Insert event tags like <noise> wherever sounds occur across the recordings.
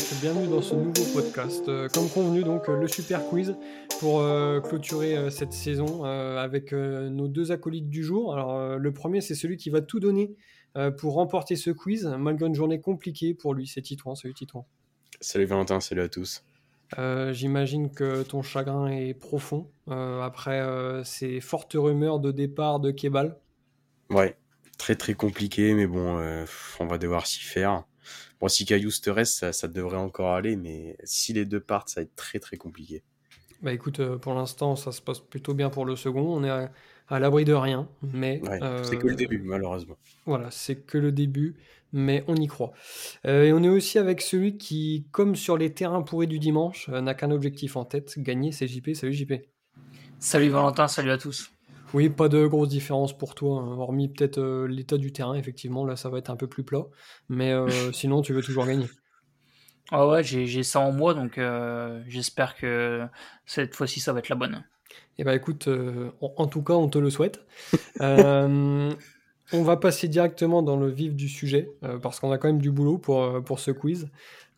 ce nouveau podcast. Euh, comme convenu, donc euh, le super quiz pour euh, clôturer euh, cette saison euh, avec euh, nos deux acolytes du jour. Alors euh, le premier, c'est celui qui va tout donner euh, pour remporter ce quiz, malgré une journée compliquée pour lui. C'est Titouan, salut Titouan. Salut Valentin, salut à tous. Euh, J'imagine que ton chagrin est profond euh, après euh, ces fortes rumeurs de départ de Kebal. Ouais, très très compliqué, mais bon, euh, pff, on va devoir s'y faire. Bon, si Cailloux te reste, ça, ça devrait encore aller, mais si les deux partent, ça va être très très compliqué. Bah écoute, euh, pour l'instant, ça se passe plutôt bien pour le second. On est à, à l'abri de rien, mais Ouais, euh, c'est que le début, malheureusement. Voilà, c'est que le début, mais on y croit. Euh, et on est aussi avec celui qui, comme sur les terrains pourris du dimanche, euh, n'a qu'un objectif en tête, gagner, c'est JP. Salut JP. Salut Valentin, salut à tous. Oui, pas de grosse différence pour toi, hein, hormis peut-être euh, l'état du terrain, effectivement, là ça va être un peu plus plat, mais euh, <laughs> sinon tu veux toujours gagner. Ah ouais, j'ai j'ai ça en moi, donc euh, j'espère que cette fois-ci, ça va être la bonne. Eh ben écoute, euh, en, en tout cas, on te le souhaite. Euh, on va passer directement dans le vif du sujet, euh, parce qu'on a quand même du boulot pour, euh, pour ce quiz.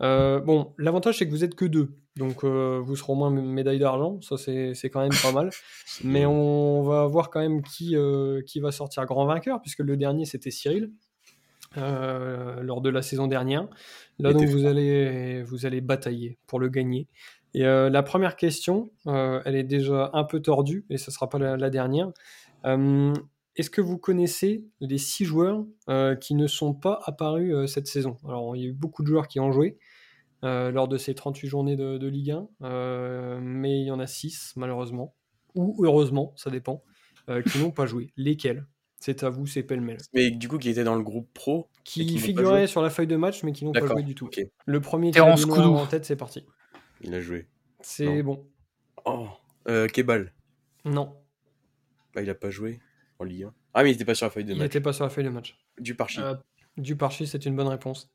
Euh, bon, l'avantage, c'est que vous êtes que deux. Donc, euh, vous serez au moins médaille d'argent. Ça, c'est c'est quand même pas mal. Mais on va voir quand même qui, euh, qui va sortir grand vainqueur, puisque le dernier, c'était Cyril, euh, lors de la saison dernière. Là, Il donc, était vous allez, vous allez batailler pour le gagner. Et euh, la première question, euh, elle est déjà un peu tordue, et ce ne sera pas la, la dernière. Euh, Est-ce que vous connaissez les six joueurs euh, qui ne sont pas apparus euh, cette saison Alors, il y a eu beaucoup de joueurs qui ont joué euh, lors de ces 38 journées de, de Ligue 1, euh, mais il y en a six, malheureusement, ou heureusement, ça dépend, euh, qui n'ont pas joué. Lesquels C'est à vous, c'est pêle-mêle. Mais du coup, qui était dans le groupe pro Et qui n'ont Qui pas figuraient joué sur la feuille de match, mais qui n'ont pas D'accord, joué du tout. ok, Le premier qui a Terence du noir Koudou. en tête, c'est parti. il a joué. C'est bon. Oh, euh, Kebal, Non, bah, il a pas joué en Ligue 1. Ah, mais il était pas sur la feuille de il match. n'était pas sur la feuille de match. Du parchi. Euh, Du parchi, c'est une bonne réponse.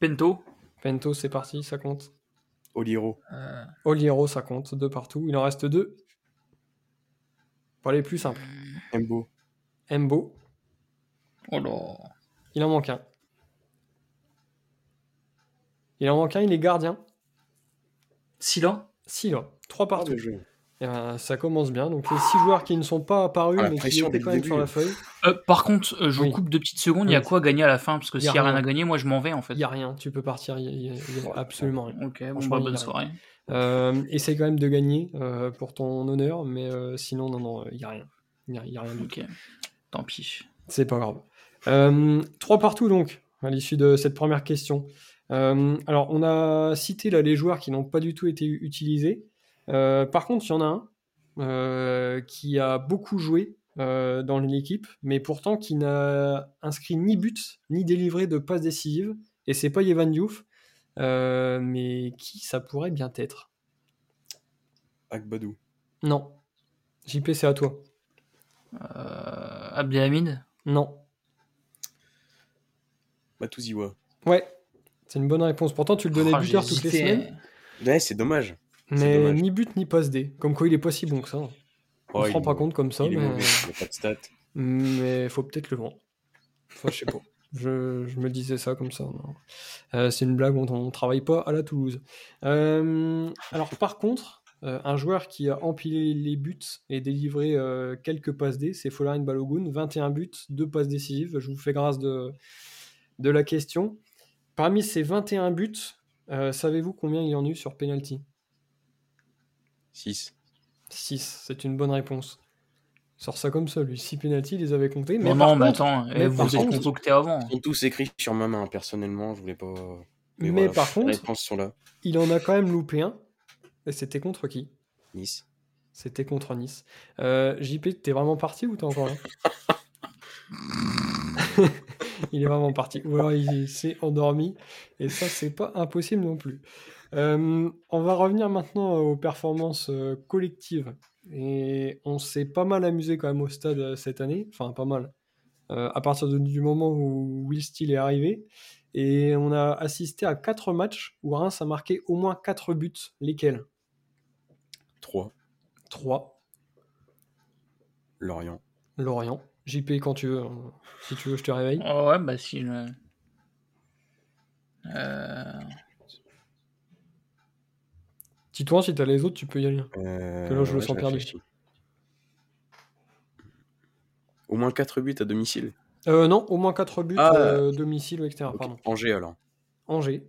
Pento, Pento, c'est parti, ça compte. Oliro. euh, Oliero, ça compte, deux partout. Il en reste deux. Pour les plus simples. Embo. Mbo, oh là. il en manque un. Il en manque un, il est gardien. Scylla, Sila, trois Ah, partout. bien joué. Eh ben, ça commence bien. Donc les six joueurs qui ne sont pas apparus, Ah, la mais qui pression étaient dès le quand même début. sur la feuille, Euh, par contre, euh, je vous Oui. coupe deux petites secondes, il y a Oui. quoi à gagner à la fin Parce Y que a s'il n'y a rien rien. à gagner, moi je m'en vais en fait. il n'y a rien. Tu peux partir, il n'y a, il y a absolument rien. Ok, bon, Franchement, y a bah, rien. bonne soirée. Euh, essaye quand même de gagner euh, pour ton honneur, mais euh, sinon, non, non, il n'y a rien. Il n'y a, il y a rien du tout. Ok, tant pis. C'est pas grave. Euh, trois partout donc, à l'issue de cette première question. Euh, alors, on a cité là les joueurs qui n'ont pas du tout été u- utilisés. Euh, par contre, il y en a un euh, qui a beaucoup joué euh, dans l'équipe, mais pourtant qui n'a inscrit ni but ni délivré de passe décisive. Et c'est pas Yevan Diouf, euh, mais qui ça pourrait bien être Akbadou. Non. JP, c'est à toi. Euh, Abdelhamid, Non. Matouziwa. Ouais, c'est une bonne réponse. Pourtant, tu le donnais Ah, Oh, buteur j'ai toutes les hésité. semaines. Ouais, c'est dommage. hein. Mais C'est dommage. ni but ni passe D. Comme quoi, il est pas si bon que ça. hein. On Oh, se rend il est pas mauvais. compte comme ça, Il est mais, mauvais, il a pas de stats. mais faut peut-être le vendre. Enfin, je sais pas. Je, je me disais ça comme ça. non. Euh, c'est une blague, on, on travaille pas à la Toulouse. Euh, alors, par contre, euh, un joueur qui a empilé les buts et délivré euh, quelques passes D, c'est Folarin Balogun. 21 buts, 2 passes décisives. Je vous fais grâce de, de la question. Parmi ces 21 buts, euh, savez-vous combien il y en a eu sur penalty 6. 6, c'est une bonne réponse. Sort ça comme ça, lui. 6 pénalty, il les avait comptés. Mais Non, par non, mais contre, attends, mais eh, par vous êtes contre- convoqué avant. Ils sont tous écrits sur ma main, hein, personnellement, je voulais pas. mais voilà, par Les contre, réponses sont là. il en a quand même loupé un. Et c'était contre qui Nice. C'était contre Nice. Euh, JP, t'es vraiment parti ou t'es encore là Il est vraiment parti. Ou alors il s'est endormi. Et ça, c'est pas impossible non plus. Euh, on va revenir maintenant aux performances euh, collectives. Et on s'est pas mal amusé quand même au stade euh, cette année. Enfin, pas mal. Euh, à partir de- du moment où Will Steele est arrivé. Et on a assisté à quatre matchs où Reims a marqué au moins quatre buts. Lesquels 3. 3. Lorient. Lorient. JP quand tu veux. hein. Si tu veux, je te réveille. Oh, ouais, bah si. je- Euh, Titouan, si t'as les autres, tu peux y aller. Euh, Que là, je le ouais, sens perdu. réfléchis. Au moins 4 buts à domicile. Euh, non, au moins 4 buts, Ah. euh, domicile ou extérieur. Ok, Pardon. Angers alors. Angers.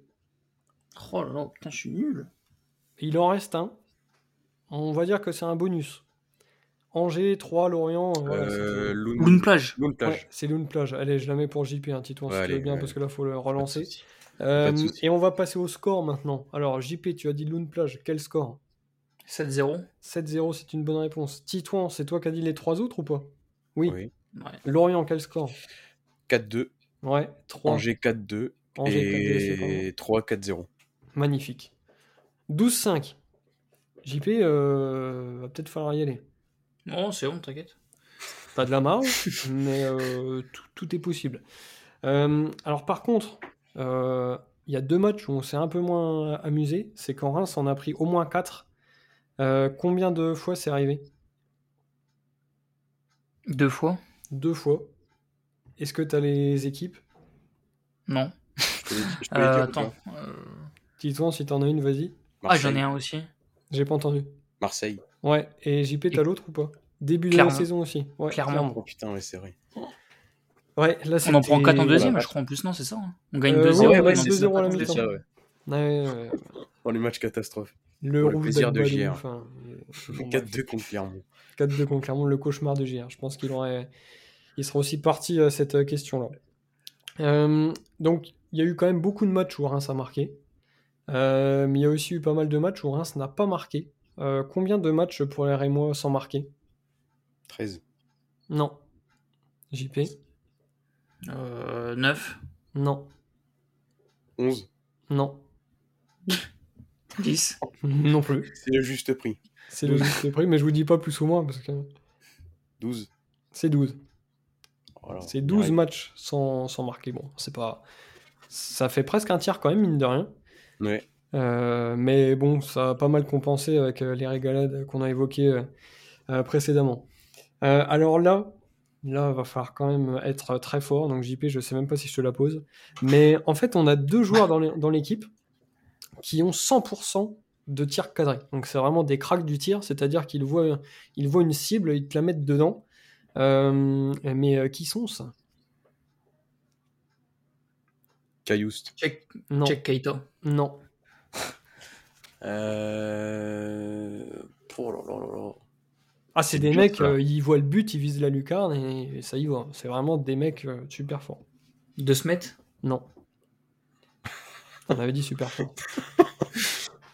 Oh là là, putain, je suis nul. Il en reste un. On va dire que c'est un bonus. Angers, 3, Lorient. voilà, Euh, c'était- Lund- Lune plage. Lund Ouais, plage. c'est Lune Plage. Allez, je la mets pour JP, un Titouan, Ouais, si tu veux allez, bien, ouais. parce que là, faut le relancer. Pas Euh, de souci. et on va passer au score maintenant. Alors, JP, tu as dit Lune Plage. Quel score 7-0. 7-0, c'est une bonne réponse. Titouan, c'est toi qui as dit les trois autres ou pas Oui. Oui. Ouais. Lorient, quel score 4-2. Ouais, 3. Angers 4-2. Angers, 4-2, c'est Et 3-4-0. pas bon. Magnifique. 12-5. JP, euh, va peut-être falloir y aller. Non, c'est bon, t'inquiète. Pas de la <laughs> marge, mais euh, tout, tout est possible. Euh, alors par contre, euh, il y a deux matchs où on s'est un peu moins amusé. C'est quand Reims en a pris au moins 4. combien de fois c'est arrivé Deux fois Deux fois. Est-ce que tu as les équipes Non. Je peux les- je peux les Euh, dire ou attends. pas Euh, Titouan, si t'en as une, vas-y. Ah, Marseille. j'en ai un aussi. J'ai pas entendu. Marseille. Ouais, et JP, t'as Et- l'autre ou pas Début de Clermont. la saison aussi. Ouais, Clermont. Oh putain, ouais, c'est vrai. Ouais, là, On en prend 4 en c'était- deuxième, voilà. je crois, en plus, non, c'est ça hein On gagne Euh, 2-0. ouais, on ouais, en c'est plus, 2-0 à la on en C'est mi-temps. plus. ça, ouais. Ouais, ouais, ouais. Dans les matchs catastrophes. Le, Pour le rouge plaisir de d'Agba, JR. ouf, hein. Bon, bref. 4-2 contre Clermont. 4-2 contre Clermont, le cauchemar de JR. Je pense qu'il aurait... Il sera aussi parti à cette euh, question-là. Euh, donc, il y a eu quand même beaucoup de matchs où Reims a marqué. Euh, mais il y a aussi eu pas mal de matchs où Reims n'a pas marqué. Euh, combien de matchs pour les Rémois sans marquer 13. Non. JP Euh, 9, Non. 11. <laughs> Non. 10. Non plus. C'est le juste prix. C'est le juste prix, mais je vous dis pas plus ou moins parce que 12. c'est 12. Voilà, C'est on y 12 arrive. matchs sans, sans marquer. Bon, c'est pas. Ça fait presque un tiers quand même, mine de rien. Ouais. Euh, mais bon, ça a pas mal compensé avec euh, les régalades qu'on a évoquées euh, euh, précédemment. Euh, alors là, là, va falloir quand même être très fort. Donc JP, je sais même pas si je te la pose. Mais en fait, on a deux joueurs dans l'é- dans l'équipe qui ont 100% de tirs cadrés. Donc c'est vraiment des cracks du tir, c'est-à-dire qu'ils voient, ils voient une cible, ils te la mettent dedans. Euh, mais euh, qui sont-ce Caillouste. Check, Non, check Kaito. non. Euh... Oh là là là là. Ah, c'est C'est des dur, mecs, ça. euh, ils voient le but, ils visent la lucarne et, et ça y va. C'est vraiment des mecs euh, super forts. De Smet Non. <laughs> On avait dit super fort.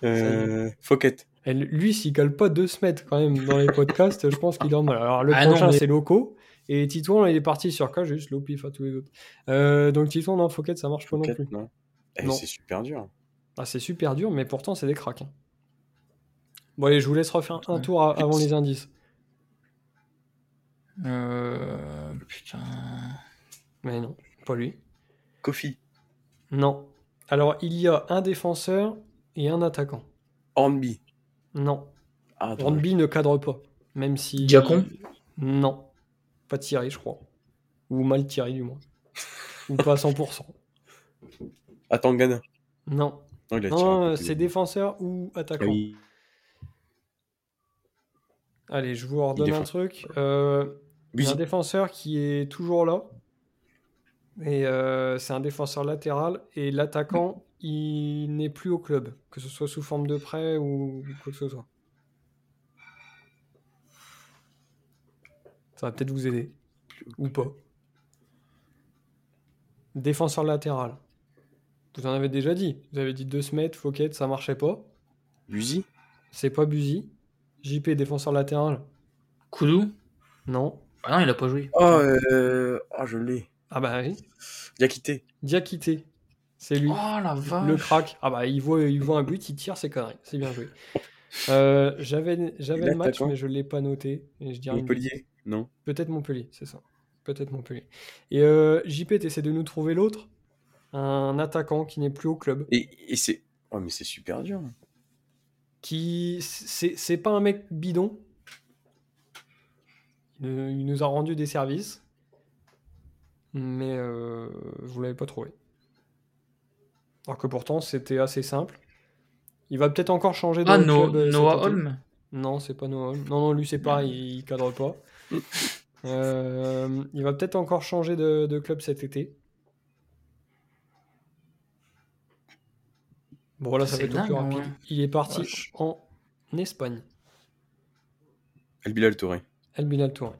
Euh... Fouquet. Et lui, s'il cale pas deux semaines quand même dans les podcasts, je pense qu'il est en mal. Alors le Ah non, prochain, mais- c'est Loco. Et Titouan, là, il est parti sur quoi Juste Lopif à tous les autres. Euh, donc Titouan, non, Fouquet, ça marche pas non Fouquet, plus. non. Eh, Non. C'est super dur. Ah, c'est super dur, mais pourtant, c'est des cracks. hein. Bon, allez, je vous laisse refaire un tour a- avant les indices. euh, Putain. Mais non, pas lui. Kofi. Non. Alors, il y a un défenseur et un attaquant. Hornby. Non. Ah, dommage. Hornby ne cadre pas. Même si. Diacon Non. Pas tiré, je crois. Ou mal tiré, du moins. Ou pas à 100%. Attends, Ghana. Non. Non, il a tiré un Non, coup euh, de c'est pied. défenseur ou Ah attaquant. oui. Allez, je vous redonne un défend. truc. Euh, il y a un Buzy. défenseur qui est toujours là. Et euh, c'est un défenseur latéral. Et l'attaquant, il n'est plus au club. Que ce soit sous forme de prêt ou quoi que ce soit. Ça va peut-être vous aider. Ou pas. Défenseur latéral. Vous en avez déjà dit. Vous avez dit deux semaines, Fouquet, ça marchait pas. Buzy. C'est pas Buzy. JP, défenseur latéral. Koudou Non. Ah non, il a pas joué. Oh, euh... oh, je l'ai. Ah bah oui. Diakité. Diakité. C'est lui. Oh la vache. le crack. Ah bah il voit, il voit un but, il tire, c'est connerie. C'est bien joué. Euh, j'avais j'avais le match, L'attaquant. mais je l'ai pas noté. Et je dirais une- Montpellier. Non. Peut-être Montpellier, c'est ça. Peut-être Montpellier. Et euh, JP, t'essaies de nous trouver l'autre Un attaquant qui n'est plus au club. Et, et c'est. Oh, mais c'est super dur. Qui. C'est c'est pas un mec bidon. Il, euh, il nous a rendu des services. Mais euh, vous l'avez pas trouvé. Alors que pourtant, c'était assez simple. Il va peut-être encore changer de Ah, No- club, euh, cet Noah été. Holm Non, c'est pas Noah Holm. Non, non, lui, c'est pareil, il il cadre <laughs> pas. Euh, il va peut-être encore changer de, de club cet été. Bon, là, ça va C'est être au plus dingue, hein, rapide. ouais. Il est parti Vache. en Espagne. El Bilal Touré. El Bilal Touré.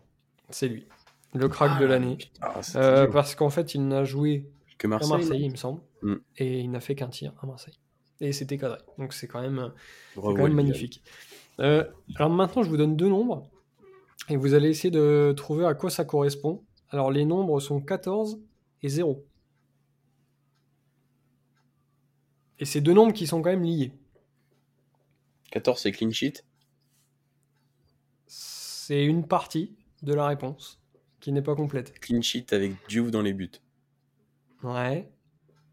C'est lui. Le crack de l'année. Ah, c'était Euh, dur. parce qu'en fait, il n'a joué que à Marseille. Marseille, il me semble. Mm. Et il n'a fait qu'un tir à Marseille. Et c'était cadré. Donc, c'est quand même. C'est Bravo, quand même El Bilal. magnifique. Euh, alors maintenant, je vous donne deux nombres et vous allez essayer de trouver à quoi ça correspond. Alors les nombres sont 14 et 0. Et c'est deux nombres qui sont quand même liés. 14, c'est clean sheet. C'est une partie de la réponse qui n'est pas complète. Clean sheet avec Diouf dans les buts. Ouais.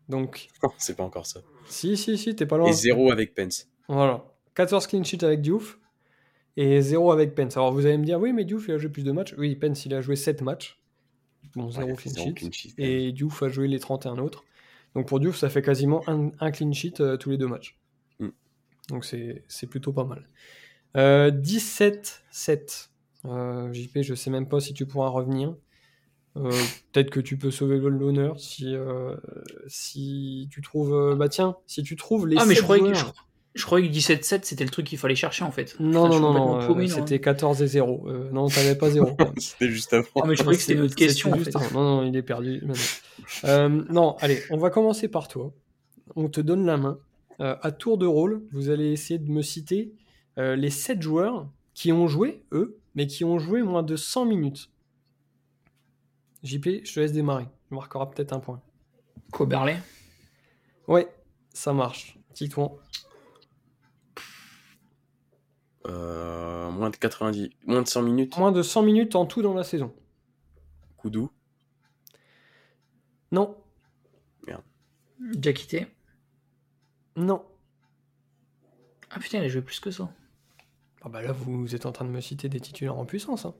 Donc, c'est pas encore ça. si, si, si, t'es pas loin. Et 0 avec Pence. Voilà. 14 clean sheets avec Diouf et 0 avec Pence. Alors vous allez me dire, oui, mais Diouf, il a joué plus de matchs. Oui, Pence, il a joué 7 matchs. Bon, 0 Ouais, clean zéro sheet. clean sheet. Et Diouf a joué les 31 autres. Donc pour Diouf, ça fait quasiment un, un clean sheet euh, tous les deux matchs. Mm. Donc c'est c'est plutôt pas mal. Euh, 17-7. Euh, JP, je sais même pas si tu pourras revenir. Euh, Peut-être que tu peux sauver l'honneur si, euh, si tu trouves. euh, bah tiens, si tu trouves les. Ah, mais je sept croyais, que, joueurs- je, je croyais que 17-7 c'était le truc qu'il fallait chercher en fait. non, Je non, suis non, complètement non, euh, paumé, là, hein. c'était 14 et 0. Euh, non, t'avais pas <laughs> 0. C'était juste avant. Ah, mais je croyais que c'était une autre question en fait. juste avant. Non, non, il est perdu. maintenant. Euh, non, allez, on va commencer par toi. On te donne la main. Euh, à tour de rôle, vous allez essayer de me citer euh, les 7 joueurs qui ont joué, eux, mais qui ont joué moins de 100 minutes. JP, je te laisse démarrer. Tu marqueras peut-être un point. Coberley, Ouais, ça marche. Titouan, Euh, moins de 90, moins de 100 minutes. moins de 100 minutes en tout dans la saison. Koudou, Non, Diakité. non. Ah putain, il a joué plus que ça. Ah bah là, vous êtes en train de me citer des titulaires en puissance. hein.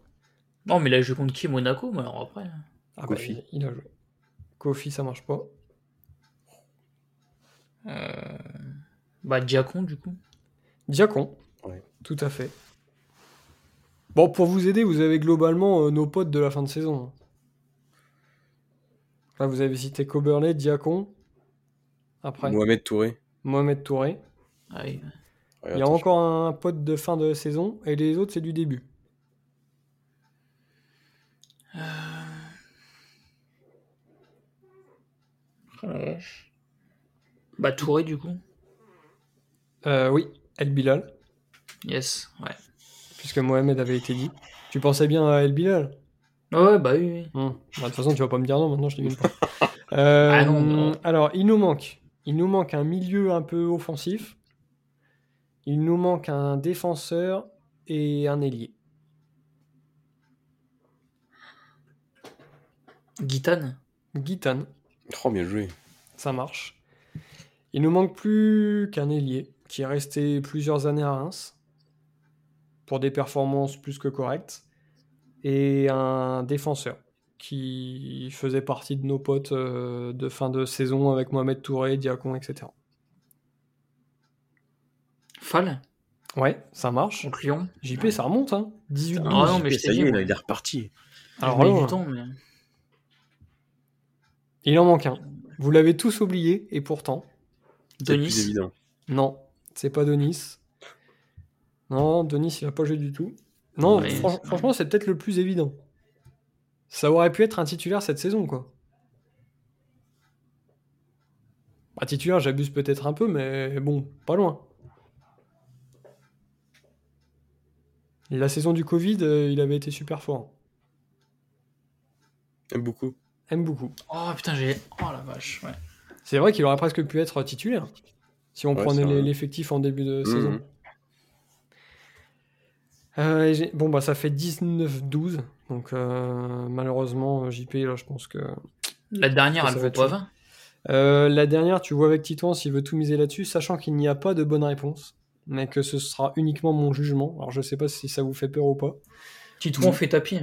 Non, mais il a joué contre qui Monaco mais alors après. hein. Ah bah, Kofi. il, il a joué. Kofi, ça marche pas. Euh... Bah, Diacon du coup. Diacon. Ouais. Tout à fait. Bon, pour vous aider, vous avez globalement euh, nos potes de la fin de saison. hein. Là, vous avez cité Coberley, Diacon. Après, Mohamed Touré. Mohamed Touré. Ah oui. Ouais, Il y a attends, encore un pote de fin de saison et les autres, c'est du début. Oh la vache. Bah, Touré du coup. Euh, oui, El Bilal, Yes, ouais. puisque Mohamed avait été dit. Tu pensais bien à El Bilal Ah ouais, bah oui, oui. Hum. Bah, De toute façon, tu vas pas me dire non, maintenant je t'élimine pas. <laughs> Euh, Ah non, non. Alors, il nous manque. Il nous manque un milieu un peu offensif. Il nous manque un défenseur et un ailier. Guitane. Guitane, Oh, bien joué. ça marche. Il nous manque plus qu'un ailier qui est resté plusieurs années à Reims pour des performances plus que correctes et un défenseur qui faisait partie de nos potes euh, de fin de saison avec Mohamed Touré, Diacon, etc. Fall Ouais, ça marche. contre Lyon. JP, ça remonte, hein 18 Ah Ah, non, JP, mais je ça t'ai y dit. est, moi. là, il est reparti. Alors Je mets là, du temps, mais. il en manque un. Vous l'avez tous oublié, et pourtant, C'est Denis. plus évident. non, c'est pas Denis. Non, Denis, il a pas joué du tout. Non, Ouais, fran- c'est- franchement, c'est peut-être le plus évident. Ça aurait pu être un titulaire cette saison, quoi. Un titulaire, j'abuse peut-être un peu, mais bon, pas loin. La saison du Covid, euh, il avait été super fort. J'aime beaucoup. Aime beaucoup. Oh putain, j'ai. Oh la vache, ouais. C'est vrai qu'il aurait presque pu être titulaire si on Ouais, prenait c'est les- vrai. l'effectif en début de Mhm. saison. Euh, et j'ai- bon, bah ça fait 19-12. Donc euh, malheureusement, euh, JP, là je pense que. La dernière, Ça, elle ça vaut va pas être 20. Euh, la dernière, tu vois avec Titouan s'il veut tout miser là-dessus, sachant qu'il n'y a pas de bonne réponse, mais que ce sera uniquement mon jugement. Alors je sais pas si ça vous fait peur ou pas. Titouan fait tapis.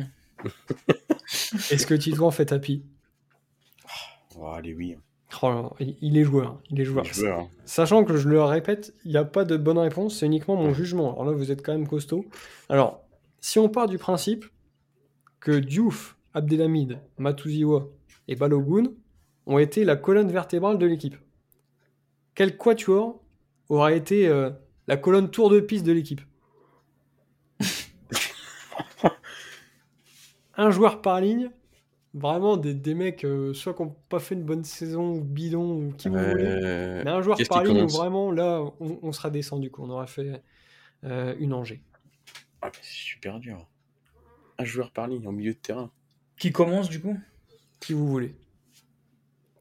Est-ce que Titouan fait tapis Oh, allez, oui. Oh, il il est joueur, il est joueur. Les joueurs, hein. Sachant que je le répète, il n'y a pas de bonne réponse, c'est uniquement mon jugement. Alors là, vous êtes quand même costaud. Alors, si on part du principe que Diouf, Abdelhamid, Matouziwa et Balogun ont été la colonne vertébrale de l'équipe, quel quatuor aura été euh, la colonne tour de piste de l'équipe Un joueur par ligne, vraiment des, des mecs, euh, soit qui n'ont pas fait une bonne saison, ou bidon, ou qui vous voulez. Euh, Mais un joueur Qu'est-ce par qui ligne, commence vraiment, là, on, on sera descendu. quoi. On aura fait euh, une Angers. ah, c'est super dur. Un joueur par ligne en milieu de terrain. Qui commence du coup Qui vous voulez.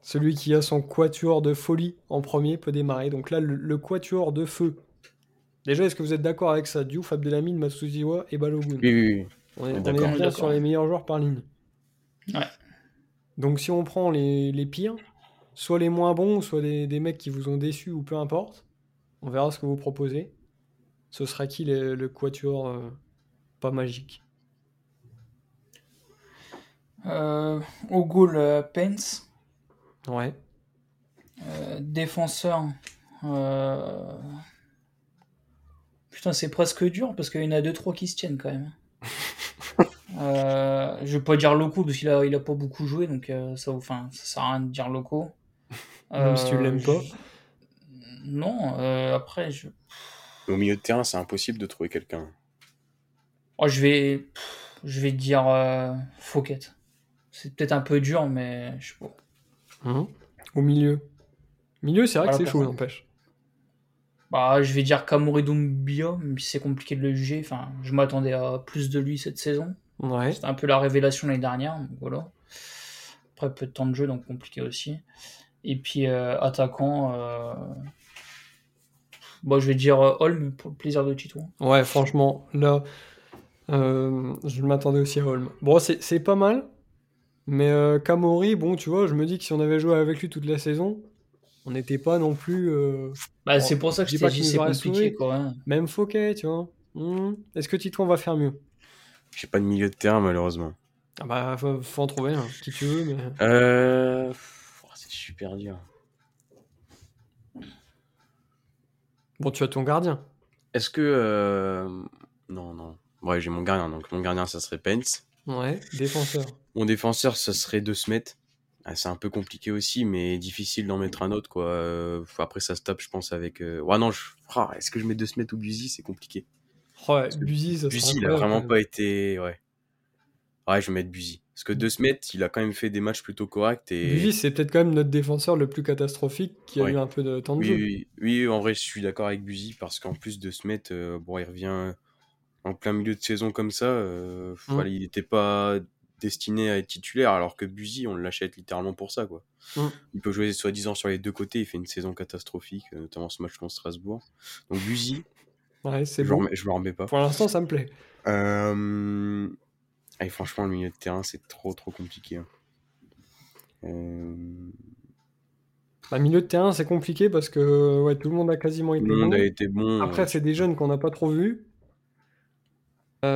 Celui qui a son quatuor de folie en premier peut démarrer. Donc là, le, le quatuor de feu. Déjà, est-ce que vous êtes d'accord avec ça Diouf, Abdelhamid, Matsuziwa et Balogun Oui, oui, oui. On est, on est on est d'accord. On est bien d'accord. Ah, sur les meilleurs joueurs par ligne. Ouais. Donc si on prend les, les pires, soit les moins bons, soit des, des mecs qui vous ont déçu ou peu importe, on verra ce que vous proposez. Ce sera qui le, le quatuor euh, pas magique Euh, Au goal, euh, Pence. Ouais. Euh, défenseur. euh, Putain, c'est presque dur parce qu'il y en a 2-3 qui se tiennent quand <laughs> même. Euh, je vais pas dire Loco parce qu'il a, il a pas beaucoup joué donc euh, ça, enfin, ça sert à rien de dire Loco. Même si tu l'aimes pas. je- Non, euh, après je... Au milieu de terrain, c'est impossible de trouver quelqu'un. oh, je vais pff, je vais dire euh, Fouquet. C'est peut-être un peu dur mais je sais pas. Mhm. Au milieu. Milieu, c'est vrai Voilà, que c'est chaud, personne. n'empêche. Bah, je vais dire Kamori Doumbia, même si c'est compliqué de le juger. Enfin, je m'attendais à plus de lui cette saison. Ouais. C'était un peu la révélation l'année dernière, donc voilà. Après, peu de temps de jeu, donc compliqué aussi. Et puis, euh, attaquant, euh, bon, je vais dire euh, Holm pour le plaisir de Tito. Ouais, franchement, là, euh, je m'attendais aussi à Holm. Bon, c'est c'est pas mal, mais euh, Kamori, bon, tu vois, je me dis que si on avait joué avec lui toute la saison, on n'était pas non plus. euh, Bah, Bon, c'est pour ça que je dis je pas t'ai qu'il dit nous c'est aurait compliqué, sauvé. quoi. hein. même Fouquet, tu vois. Hmm. Est-ce que Titouan va faire mieux J'ai pas de milieu de terrain, malheureusement. Ah bah, faut, faut en trouver un, qui tu veux, mais. <laughs> Euh... pff, C'est super dur. Bon, tu as ton gardien. Est-ce que. euh, Non, non. Ouais, j'ai mon gardien. Donc, mon gardien, ça serait Pence. Ouais, défenseur. Mon défenseur, ça serait De Smet. Ah, c'est un peu compliqué aussi, mais difficile d'en mettre un autre, quoi. Euh, faut- Après, ça se tape, je pense, avec. euh, Ouais, non, je... Ah, est-ce que je mets De Smet ou Buzy C'est compliqué. Oh, ouais, Buzy, ça serait Buzy, il a incroyable, vraiment quand même. pas été. Ouais. Ouais, je vais mettre Buzy. Parce que De Smet, il a quand même fait des matchs plutôt corrects. Et... Buzy, c'est peut-être quand même notre défenseur le plus catastrophique qui a Ouais. eu un peu de temps de Oui, jeu. oui, oui, en vrai, je suis d'accord avec Buzy parce qu'en plus de se mettre, euh, bon, il revient euh, en plein milieu de saison comme ça. euh, faut- Mm. allez, il n'était pas destiné à être titulaire, alors que Buzy, on l'achète littéralement pour ça, quoi. Mm. Il peut jouer soi-disant sur les deux côtés. Il fait une saison catastrophique, euh, notamment ce match contre Strasbourg. Donc Buzy, Ouais, c'est je bon. ne me remets pas. Pour l'instant, ça me plaît. Euh, allez, franchement, le milieu de terrain, c'est trop, trop compliqué. hein. Euh, Bah, milieu de terrain, c'est compliqué parce que ouais, tout le monde a quasiment Tout été le monde bon. a été bon. Après, euh, c'est des jeunes qu'on n'a pas trop vus.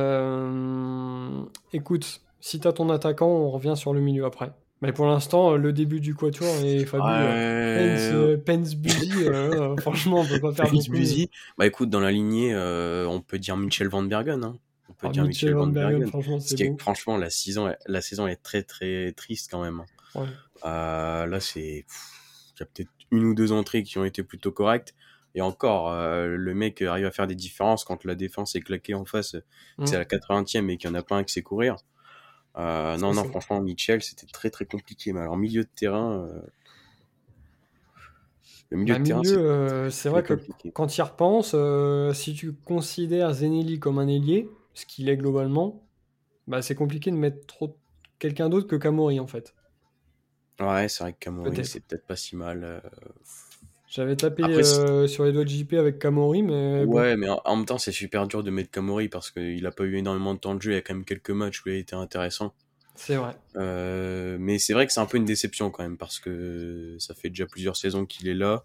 Euh, Écoute, si t'as ton attaquant, on revient sur le milieu après. Mais pour l'instant, le début du quatuor est fabuleux. Pence, ouais. hein. euh, Pence Buzy, <laughs> euh, franchement, on peut pas faire Félix beaucoup. Buzy. Bah écoute, dans la lignée, euh, on peut dire Michel Van Bergen. hein. On peut Ah, dire Michel Van Bergen. franchement, Parce c'est que beau. franchement, la saison, est- la saison est très très triste quand même. hein. Ouais. Euh, là, c'est. pff, Il y a peut-être une ou deux entrées qui ont été plutôt correctes. Et encore, euh, le mec arrive à faire des différences quand la défense est claquée en face. Mm. C'est à la 80e et qu'il n'y en a pas un qui sait courir. Euh, non, C'est non, ça. franchement, Michel, c'était très très compliqué. Mais alors, milieu de terrain. euh, Le milieu Bah, de terrain, milieu, c'est euh, c'est vrai que très compliqué. quand tu y repenses, euh, si tu considères Zenelli comme un ailier, ce qu'il est globalement, bah, c'est compliqué de mettre trop quelqu'un d'autre que Kamori en fait. Ouais, c'est vrai que Camori, Peut-être. c'est peut-être pas si mal. euh. J'avais tapé Après, c'est- euh, sur les doigts de JP avec Kamori, mais bon, ouais, mais en, en même temps, c'est super dur de mettre Camori parce qu'il a pas eu énormément de temps de jeu. Il y a quand même quelques matchs où il a été intéressant. c'est vrai. Euh, mais c'est vrai que c'est un peu une déception quand même parce que ça fait déjà plusieurs saisons qu'il est là.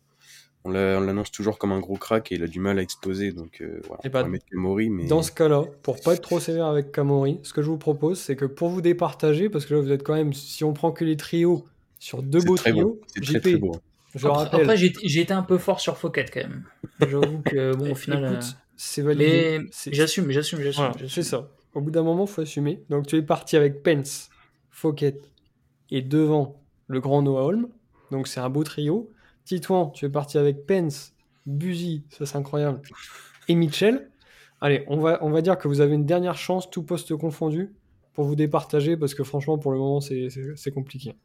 On l'a- on l'annonce toujours comme un gros crack et il a du mal à exploser. Donc euh, voilà, Eh on ben, va mettre Camori, mais Dans ce cas-là, pour pas être trop sévère avec Kamori, ce que je vous propose, c'est que pour vous départager, parce que là vous êtes quand même, si on prend que les trios, sur deux beaux très trios. beau. C'est JP, très très beau. hein. Je après, rappelle. après, j'ai j'ai été un peu fort sur Focette quand même. J'avoue que bon, au final. Eh, écoute, euh, c'est validé. Mais C'est- j'assume, j'assume, j'assume. Voilà, j'assume. c'est ça. Au bout d'un moment, faut assumer. Donc tu es parti avec Pence, Fouquet et devant le grand Noah Holm. Donc c'est un beau trio. Titouan, tu es parti avec Pence, Buzy, ça c'est incroyable, et Mitchell. Allez, on va, on va dire que vous avez une dernière chance, tout poste confondu, pour vous départager, parce que franchement, pour le moment, c'est- c'est c'est compliqué.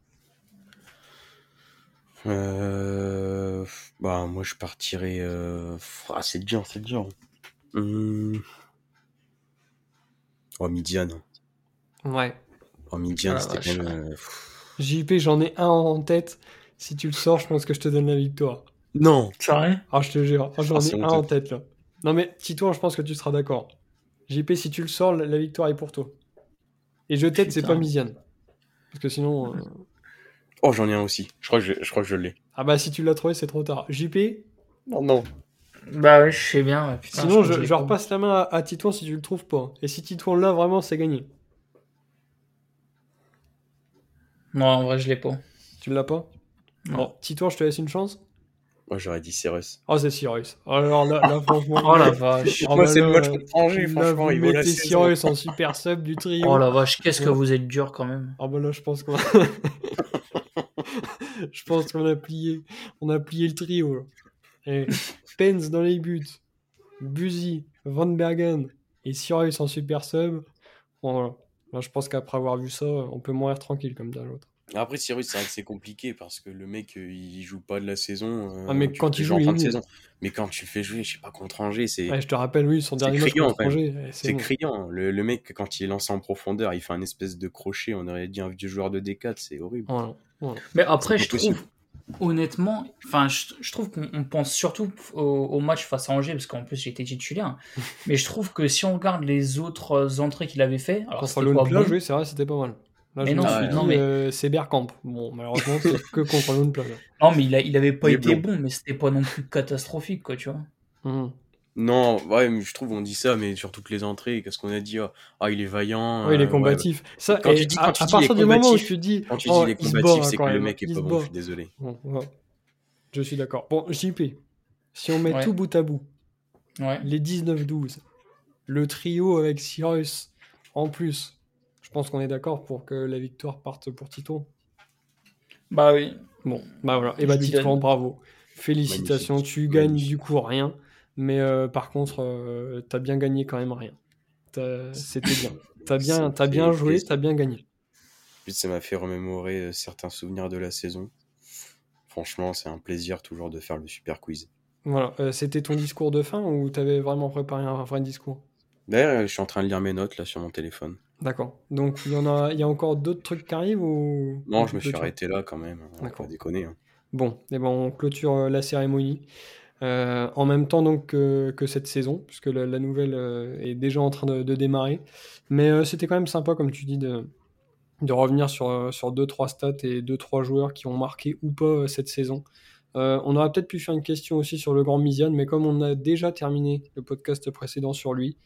Euh, bah, moi, je partirais. euh, Ah, c'est dur, c'est dur. Hum. Oh, Midiane. Ouais. Oh, Midiane, Ah, c'était vache, quand même. euh, pff. JP, j'en ai un en tête. Si tu le sors, je pense que je te donne la victoire. Non! Sérieux Ah, je te jure, Ah, j'en Ah, ai c'est un honteux. en tête là. Non mais Titouan, je pense que tu seras d'accord. JP, si tu le sors, la, la victoire est pour toi. Et je tête, c'est Putain. pas Misiane. Parce que sinon. euh, Oh, j'en ai un aussi. Je crois que je, je crois que je l'ai. Ah bah si tu l'as trouvé, c'est trop tard. JP, Non, non. Bah ouais, je sais bien. ouais, putain, sinon je, je, l'ai je pas. repasse la main à, à Titouan si tu le trouves pas. Et si Titouan l'a vraiment, c'est gagné. Non, en vrai, je l'ai pas. Tu l'as pas Non. Alors, Titouan, je te laisse une chance. Moi, j'aurais dit Cyrus. Oh, c'est Cyrus. Alors là, là franchement. Oh la vache. Ah moi, bah c'est le là, match ouais. contre Angers, là, franchement. vous Il vaut la mettez saison. Cyrus en super sub du trio. Oh la vache, qu'est-ce que vous êtes dur quand même. Ah bah là, je pense <laughs> qu'on <laughs> je pense qu'on a plié, on a plié le trio. là. Et Pence dans les buts, Buzy, Van Bergen et Sirius en super sub. Bon, voilà. Là, je pense qu'après avoir vu ça, on peut mourir tranquille comme dirait l'autre. Après, Cyrus, c'est vrai que c'est compliqué parce que le mec, euh, il joue pas de la saison. euh, Ah, mais tu quand fais il jouer joue, en fin il de joue. saison. Mais quand tu fais jouer, je sais pas, contre Angers, c'est Ouais, je te rappelle, oui, son c'est dernier match criant, contre quand même. Angers, ouais, c'est c'est bon. criant. Le, le mec, quand il est lancé en profondeur, il fait un espèce de crochet. On aurait dit un vieux joueur de D4, c'est horrible. Voilà. Mais après, C'est je trouve, impossible. honnêtement, enfin, je, je trouve qu'on on pense surtout au, au match face à Angers, parce qu'en plus, <laughs> j'étais titulaire. mais je trouve que si on regarde les autres entrées qu'il avait fait, alors Contre c'était pas Lone Plage, bon. oui, c'est vrai, c'était pas mal. Là, Mais je me non, suis ouais. dit, non, mais- euh, c'est Bergkamp. Bon, malheureusement, <laughs> c'est que contre Lone Plage. Non, mais il, a, il avait pas Il est été bon, mais c'était pas non plus catastrophique, quoi, tu vois. Mm. Mhm. Non, ouais, mais je trouve on dit ça, mais sur toutes les entrées, qu'est-ce qu'on a dit Ah, ah, il est vaillant. Ouais, il euh, est ouais, combatif. Ça, Quand et tu dis- à, quand tu à dis il est partir du moment où combatif, tu dis, Quand tu oh, dis les il se combatifs, bat, c'est que quand le même, hein. mec est il pas se bon, je bat. suis désolé. Bon, voilà. Je suis d'accord. Bon, JP, si on met Ouais. tout bout à bout, Ouais. les 19-12, le trio avec Cyrus en plus, je pense qu'on est d'accord pour que la victoire parte pour Titon. Bah oui. Bon, bah voilà. Et bah Je lui Titon, donne. bravo. Félicitations, Magnifique. tu gagnes Magnifique. du coup rien. Mais euh, par contre, euh, t'as bien gagné quand même rien. T'as- C'était bien. T'as bien, t'as bien C'était joué, plaisir. t'as bien gagné. Puis ça m'a fait remémorer euh, certains souvenirs de la saison. Franchement, c'est un plaisir toujours de faire le super quiz. Voilà, euh, c'était ton discours de fin ou t'avais vraiment préparé un vrai discours D'ailleurs, je suis en train de lire mes notes là sur mon téléphone. D'accord. Donc il y en a, il y a encore d'autres trucs qui arrivent ou Non, ou je tu me suis clôtures arrêté là quand même. On va D'accord. pas déconner. hein. Bon, et ben on clôture euh, la cérémonie Euh, en même temps donc que, que cette saison, puisque la, la nouvelle euh, est déjà en train de, de démarrer. Mais euh, c'était quand même sympa, comme tu dis, de, de revenir sur euh, sur deux trois stats et deux trois joueurs qui ont marqué ou pas euh, cette saison. Euh, on aurait peut-être pu faire une question aussi sur le grand Misiane, mais comme on a déjà terminé le podcast précédent sur lui,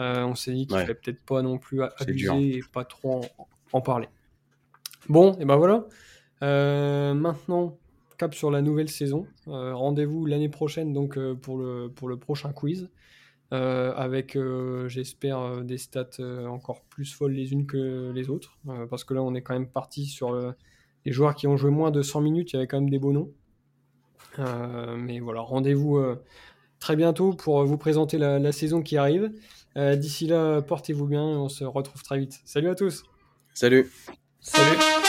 euh, on s'est dit qu'il Ouais. fallait peut-être pas non plus a- C'est abuser dur. et pas trop en, en parler. Bon, et ben voilà. Euh, maintenant, cap sur la nouvelle saison. Euh, Rendez-vous l'année prochaine donc euh, pour le pour le prochain quiz. Euh, avec, euh, j'espère, euh, des stats euh, encore plus folles les unes que les autres, euh, parce que là, on est quand même parti sur euh, les joueurs qui ont joué moins de 100 minutes, il y avait quand même des beaux noms. Euh, mais voilà, rendez-vous euh, très bientôt pour vous présenter la, la saison qui arrive. Euh, D'ici là, portez-vous bien et on se retrouve très vite. Salut à tous Salut Salut.